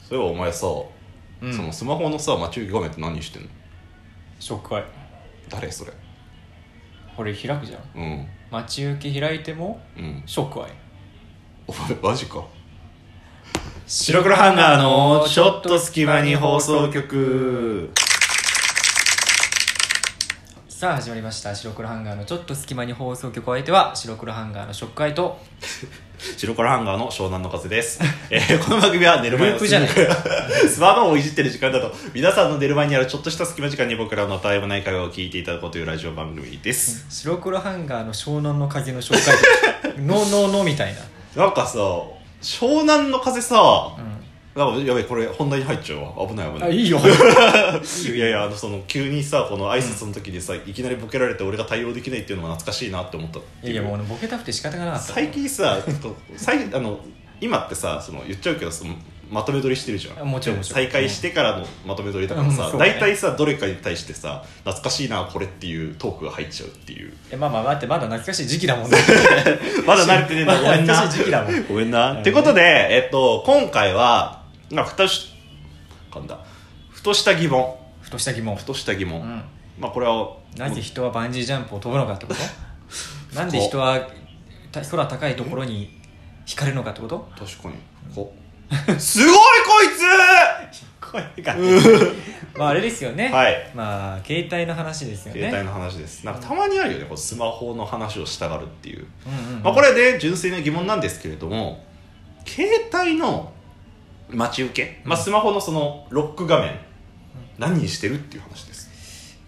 そういえばお前さ、うんそのスマホのさ待ち受け画面って何してんの紹介誰それこれ開くじゃんうん待ち受け開いてもうん紹介お前マジか白黒ハンガーのちょっと隙間に放送局さあ始まりました白黒ハンガーのちょっと隙間に放送局お相手は白黒ハンガーの紹介と白黒ハンガーの湘南の風 です、えーこの番組は寝る前ループじゃない スマートフォンをいじってる時間だと皆さんの寝る前にあるちょっとした隙間時間に僕らのたえもない会話を聞いていただこうというラジオ番組です、白黒ハンガーの湘南の風の紹介 とノーノーノーみたいななんかさ湘南の風さ、うなんかやべえこれ本題に入っちゃうわ危ない危んなあいいい よいやいやあのその急にさこの挨拶の時にさ、いきなりボケられて俺が対応できないっていうのが懐かしいなって思ったっていやいいうやもう俺ボケたくて仕方がなかった最近さちょっと最近あの今ってさその言っちゃうけどそのまとめ撮りしてるじゃんもちろんもちろん再開してからのまとめ撮りだからうんさそうね大体、さどれかに対してさ懐かしいなこれっていうトークが入っちゃうって いうえまあまあ待ってまだ懐かしい時期だもんね まだ慣れてねえなごめ ん懐なかしい時期だもんごめんなってことでえっと今回はまあふとし噛んだふとした疑問ふとした疑問ふとした疑問、うんまあこれはなぜ人はバンジージャンプを飛ぶのかってこと なんで人はた空高いところに惹かれるのかってこと確かにこすごいこいつ声がまああれですよね、 はいまあ携帯の話ですよね携帯の話ですなんかたまにあるよねこうスマホの話をしたがるっていう、うんうんうんまあ、これで純粋な疑問なんですけれども携帯の待ち受け、まあ、うんスマホのそのロック画面、何にしてるっていう話です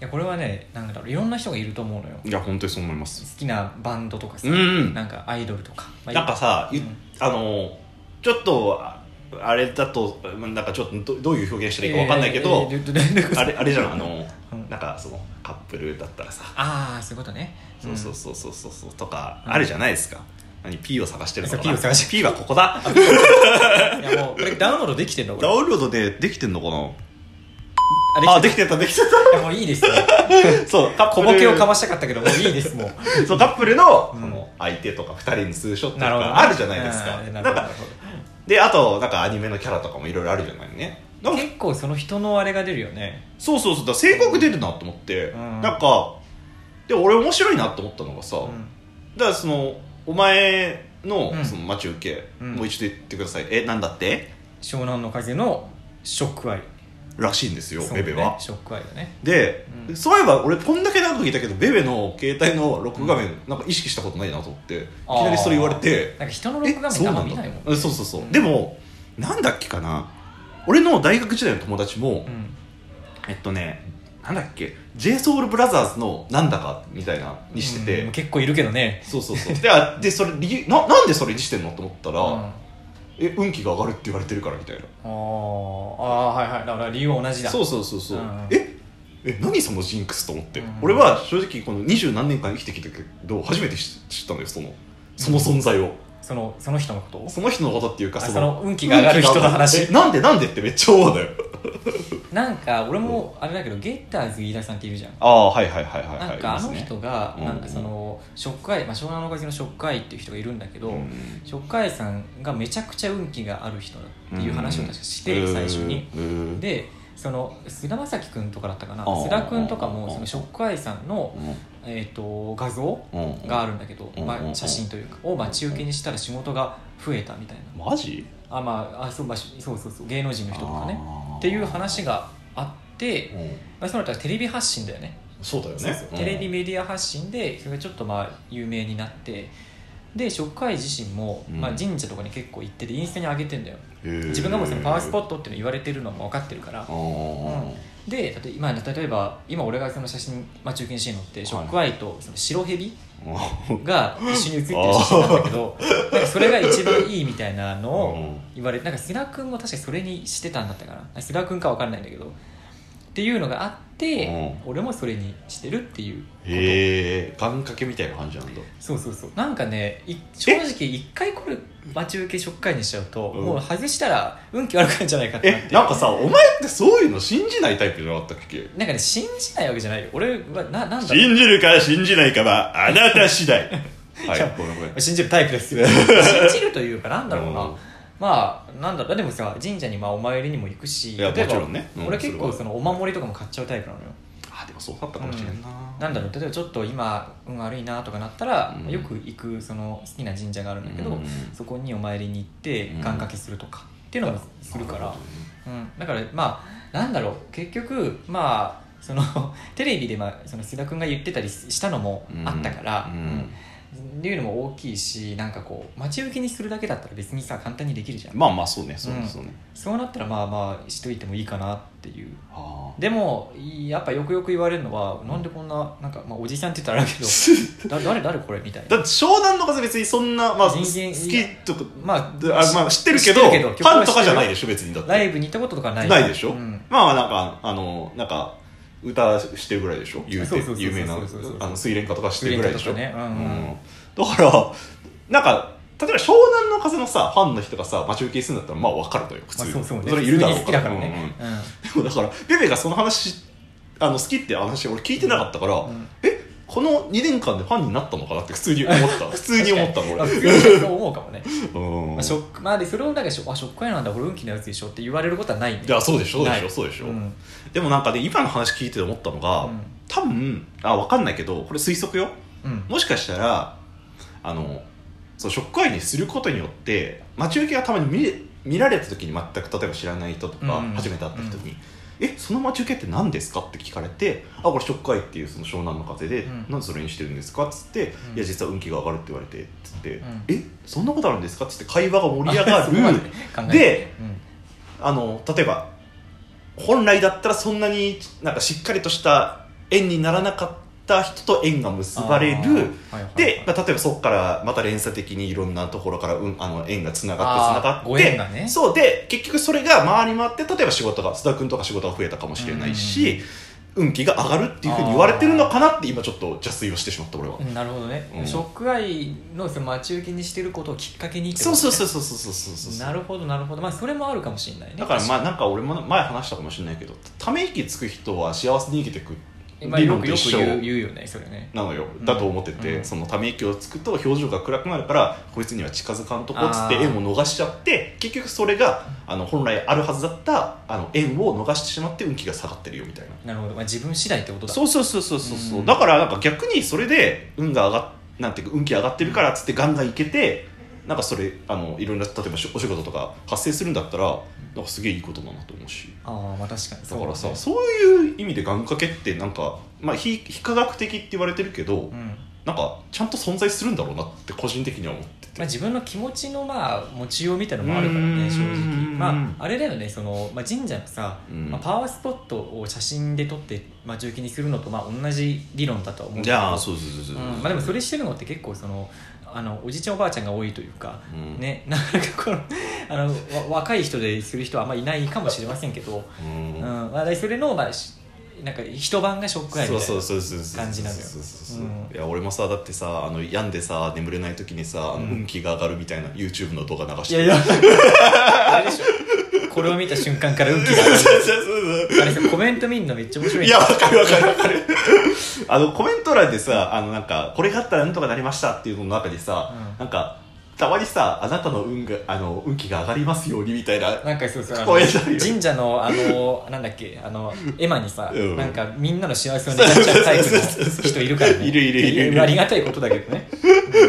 いやこれはねなんだろういろんな人がいると思うのよ好いや本当にそう思いますきなバンドとかさ、うんうんなんかアイドルとか、まあなんかさ、ゆうんあのちょっとああれだとなんかちょっとどどういう表現したらいいかわかんないけど、えーえーえーえーえーあれあれじゃんあの、うんなんかそのカップルだったらさああそういうことねそうそううんそうそうそうそうとかうんあるじゃないですか、何 P を探してるのかなそう P を探し P はここ だいやもうこれダウンロードできてんのこれダウンロードでできてんのかなああででききてたできててるいやもういいですよたそうカップ小ルボケをかましたかったけどもういいですもうそうカップルの,、うんその相手とか2人のツーショットとなるほど、かあるじゃないですうかんななんるほどかであとなんかアニメのキャラとかもいろいろあるじゃないねなんか結構その人のあれが出るよねそうそうそうだから性格出るなと思って、うんなんかで俺面白いなと思ったのがさ、うんだからそのお前のうんその待ち受け、うんもう一度言ってくださいえなんだって湘南の風のショックアイらしいんですよ、そうベねベはショックアイだねで、うんそういえば俺こんだけ長く聞いたけどベベの携帯のロック画面なんか意識したことないなと思って、いきなりそれ言われてなんか人のロック画そう面あんなまん見だないもんえそうそうそう、うんでもなんだっけかな俺の大学時代の友達も、うんえっとねなんだっけ j s o u l b r o t h e r s のなんだかみたいなにしてて、うん結構いるけどねそうそうそうであでそれ理由ななんでそれにしてんのと思ったら、うんあえ運気が上がるって言われてるからみたいなーあーはいはいだから理由は同じだそうそうそうそう、うんええ何そのジンクスと思って、うん俺は正直この二十何年間生きてきたけど初めて知知ったのよそのその存在を、そのその人のことをその人のことっていうかあその運気が上がる人の話運気が上がるえなんでなんでってめっちゃ思うのよなんか俺もあれだけどゲッターズ飯田さんっているじゃんああはいはいはいはいはいなんかあの人がうんなんかそのショックアイ、まあ、湘南の風のショックアイっていう人がいるんだけど、ショックアイさんがめちゃくちゃ運気がある人だっていう話を確かして、最初に、で、でその菅田将暉君とかだったかなあー菅田君とかもあーそのショックアイさんの、えー、と画像うんがあるんだけど、うんまあ、写真というかを待ち受けにしたら仕事が増えたみたいなマジあまああそうまあそうそうそう芸能人の人とかねあーっていう話があって、うんまあ、その人はテレビ発信だよねそうだよねそうそうテレビメディア発信でそれがちょっとまあ有名になってで食会自身も、うんまあ、神社とかに結構行っててインスタに上げてんだよ自分がもうそのパワースポットっていうの言われてるのも分かってるからトで例え今例えば今俺がその写真待ち受けにしてるのって食会とその白蛇が一緒に写ってる写真なんだけどなんかそれが一番いいみたいなのを言われてなんか菅田君も確かそれにしてたんだったかな菅田君か分かんないんだけどっていうのがあって俺もそれにしてるっていうことへえ願掛けみたいな感じなんだそうそうそうなんかねい正直一回これ待ち受け食会にしちゃうと、うんもう外したら運気悪くなるんじゃないかってなっえてなんかさお前ってそういうの信じないタイプじゃなかったっけなんかね信じないわけじゃないよ俺はななんだろ 信じるか信じないかはあ なた次第はいごめんごめん う信じるタイプですよ信じるというかなんだろうな、うんまあなんだろうでもさ神社にまあお参りにも行くしいや例えばもちろんねうん俺結構そそれのはお守りとかも買っちゃうタイプなのよあでもそうだったかもしれんな、なんだろう例えばちょっと今運悪いなとかなったら、うんよく行くその好きな神社があるんだけど、うんそこにお参りに行ってうん願掛けするとかっていうのもするからなるほどね、うん、だからまあなんだろう結局まあその テレビで、まあ、その須田君が言ってたりしたのもあったから、うんうんっていうのも大きいしなんかこう待ち受けにするだけだったら別にさ簡単にできるじゃん、まあまあそうねそうね、うんそうねそうなったらまあまあしといてもいいかなっていうあでもやっぱよくよく言われるのは、なんでこんななんか、まあ、おじさんって言ったらあれだけどあだ誰誰これみたい だっなて湘南の風別にそんな、まあ、人好間きとかまであまあ知ってるけど知ってるけどファンとかじゃないでしょ別にだってライブに行ったこととかないないでしょ、うんまあまあなんかあのなんか歌してるぐらいでしょ言うそてうそうそうそう有名なそうそうそうあの水蓮花とかしてるぐらいでしょ、水蓮花とかうねんだからなんか例えば湘南の風のさファンの人がさ待ち受けするんだったらまあ分かるとよ普通、まあ、そうそうねれいるだろう普通に好きだからね、ううんんうんでもだからベベがその話あの好きって話俺聞いてなかったから、んえこの2年間でファンになったのかなって普通に思った 普通に思ったのまあ俺普通にそう思うかもね、うんまあ、ショックまあでそれをなんかショあショックアイなんだ俺運気のやつでしょって言われることはないねいやそうでしょそうでなしょいそうでしょ、うんでもなんかね今の話聞いてて思ったのが、うん多分あ分かんないけどこれ推測ようんもしかしたらあのそうショックアイにすることによって待ち受けがたまに見れ見られた時に全く例えば知らない人とか、うん初めて会った人に「えその待ち受けって何ですか?」って聞かれて「あこれショックアイっていうその湘南の風で、うんなんでそれにしてるんですか?」っつって、うんいや実は運気が上がる」って言われてっつって「んえそんなことあるんですか?」っつって会話が盛り上 そこまがでる考えてでうんあの例えば本来だったらそんなになんかしっかりとした縁にならなかった人と縁が結ばれるあーはいはいはいで、まあ、例えばそこからまた連鎖的にいろんなところから、うん、あの縁がつながってつながっあーてご縁がねそうで結局それが回り回って例えば仕事が須田君とか仕事が増えたかもしれないし、運気が上がるっていうふうに言われてるのかなって今ちょっと邪推をしてしまった俺は。うんなるほどね、うんショックアイのその待ち受けにしてることをきっかけにってこそとうねそうそうそうそうそうそうそうなるほどなるほどまあそれもあるかもしれないねだからまあなんか俺も前話したかもしれないけどため息つく人は幸せに生きてくまあ、理よ論くとよ一く緒言う言うよねそれねなのようんだと思ってて、うんそのため息をつくと表情が暗くなるからこいつには近づかんとこっつってあー縁を逃しちゃって結局それがあの本来あるはずだったあの縁を逃してしまって運気が下がってるよみたいななるほど、まあ、自分次第ってことだそうそうそうそうそうそううんだからなんか逆にそれで運が上がっなんていうか運気上がってるからっつってガンガンいけてなんかそれあのいろんな例えばしお仕事とか発生するんだったらなんかすげえいいことだなと思うし。ああまあ確かにだからさそうそういう意味で願掛けってなんか、まあ、非非科学的って言われてるけど、だね、うんなんかちゃんと存在するんだろうなって個人的には思ってて、まあ、自分の気持ちのまあ持ちようみたいなのもあるからうねん正直、まあ、あれだよねその、まあ、神社のさ、うんまあ、パワースポットを写真で撮って待ち受けにするのとまあ同じ理論だとは思うんだけじどゃあそうそうそうそう、うんまあ、でもそれしてるのって結構そのあのおじいちゃんおばあちゃんが多いというか、うんね なかなかこのあのわ若い人でする人はあんまりいないかもしれませんけど、うんうんまあ、でそれの、まあ、しなんか一晩がショックアイそうみたいそうなそうそうそう感じなのよそうそうそううんいや俺もさだってさあの病んでさ眠れない時にさ、あのうん運気が上がるみたいな YouTube の動画流してい やいや あれでしょこれを見た瞬間から運気が上がるそうそうそうあれさコメント見るのめっちゃ面白いいねやわかるわかるわかるあのコメント欄でさあのなんかこれがあったらなんとかなりましたっていうのの中にさ、うんなんかたまにさあなたの運があの運気が上がりますようにみたいななんかそうそうあのこういうのあるよ神社のあのなんだっけあの絵馬にさ、うんなんかみんなの幸せを願っちゃうタイプそうそうそうそうの人いるからねいるいるいるいるありがたいことだけどね、あれみた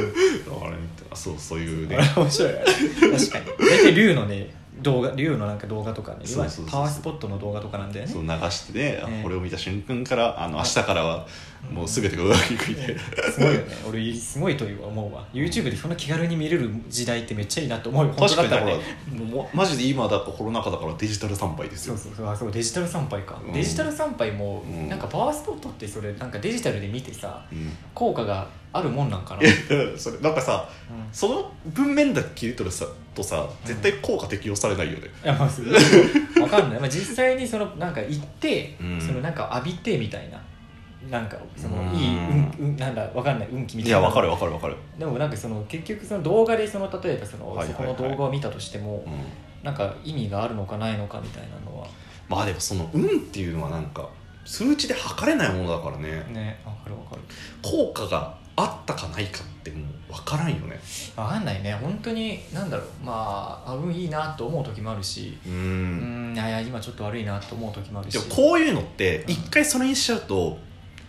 いなそうそういううん、ねあれ面白いよね確かに大体龍のね動画龍のなんか動画とかねそうそうそうそうパワースポットの動画とかなんだよねそう流してね、あええこれを見た瞬間からあの明日からはもう全てが上手にくいて、すごいよね俺すごいという思うわ YouTube でそんな気軽に見れる時代ってめっちゃいいなと思うよ本当確かだにだったらかねら、もうマジで今だとコロナ禍だからデジタル参拝ですそようそうそうあそうデジタル参拝か、うんデジタル参拝も、うんなんかパワースポットってそれなんかデジタルで見てさうん 効果があるもんなんかな、それなんかさうんその文面だけ切り取るさとさ絶対効果適用されないよね、いやまあ、それわかんない、まあ、実際にそのなんか行って、うんそのなんか浴びてみたいななんかそのうんいい運、うん、なんだわかんない運気みいたいなやわかるわかるわかる、でもなんかその結局その動画でその例えばその、はいはいはいそこの動画を見たとしても、うんなんか意味があるのかないのかみたいなのはまあでもその運っていうのはなんか数値で測れないものだからねねわかるわかる効果がああったかないかってもう分からんよね分かんないね本当に何だろうまああ運いいなと思う時もあるしううんんいやいや今ちょっと悪いなと思う時もあるしでもこういうのってうん一回それにしちゃうと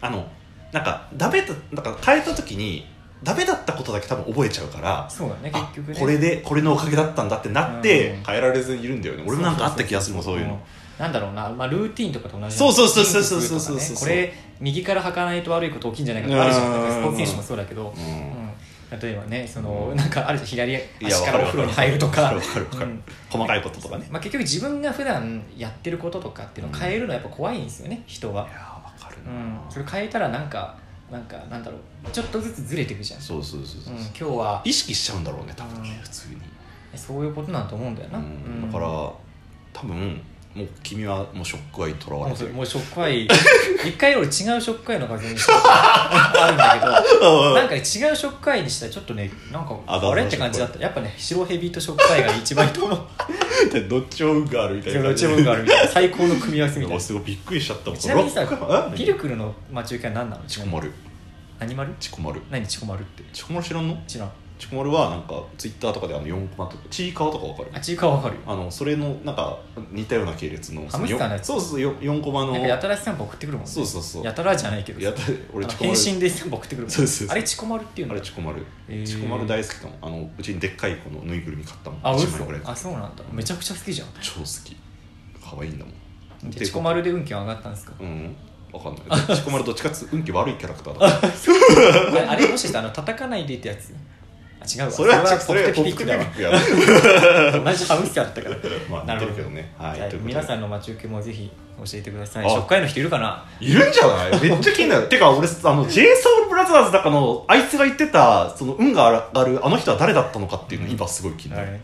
あのなんかダメだなんか変えた時にダメだったことだけ多分覚えちゃうからそうだねあ結局ねこれでこれのおかげだったんだってなってうん変えられずにいるんだよね俺もなんかあった気がするもんそういうのなんだろうな、まあ、ルーティンとかと同じそうそうそうそうそうそうそうリンクとかねこれ右から履かないと悪いこと起きんじゃないかとかあるじゃうんんスポーツ選手もそうだけど、うんうん、例えばねその、うんなんかあるじゃん左いや足からお風呂に入るとわかるわかるわかるうん細かいこととかね、まあ、結局自分が普段やってることとかっていうのを変えるのはやっぱ怖いんですよね人はいやーわかるうな、ん、それ変えたらなんかなんかなんだろうちょっとずつずれていくじゃん、そうそうそうそう、うん、今日は意識しちゃうんだろうね多分ねうん普通に、そういうことなんだと思うんだよな、うんだから多分もう君はもうショック愛にとらわもれうてそれるもうショック アイ一回俺違うショックアイの画像にしたことがあるんだけどなんかね違うショックアイにしたらちょっとねなんかあ画像のあれって感じだったやっぱね白ヘビとショックアイが一番人 のでどっちも運があるみたいなどっちも運があるみたいな最高の組み合わせみたいおなすごいびっくりしちゃったもんちなみにさロックえピルクルの待ち受けは何なのチコマル何丸チコマル何チコ丸ってチコマル知らんの知らんチコマルはなんかツイッターとかであの4コマとかチーカーとかわかるあちいかはわかるよあのそれのなんか似たような系列のハムスターのやつそうそうよ4コマのなんかやたらスタンプ送ってくるもんねそうそうそうやたらじゃないけどやた俺あのチコマ返ル信でスタンプ送ってくるもんねそうそうそうあれチコ丸っていあうのれチコマル、へーチコマル大好きだもんあのうちにでっかいこのぬいぐるみ買ったもんあ一嘘枚ぐらい買あったそうなんだめちゃくちゃ好きじゃん超好き可愛いんだもんでチコ丸で運気は上がったんですかうんわかん ないチコマルどっちかっつうと運気悪いキャラクターだかあれあれもしかしてあの叩かないでってやつあ違うらわ それはそポれッはプポテッピプックテだピわックや同じハムスターだったから まあな似てるほるどけどねはいじゃあということで皆さんの待ち受けもぜひ教えてくださいあ食会の人いるかないるんじゃ ないめっちゃ気になるてか俺あの j ソ o u l b r o t h e r だかのあいつが言ってたその運が上がるあの人は誰だったのかっていうの今すごい気になる、はい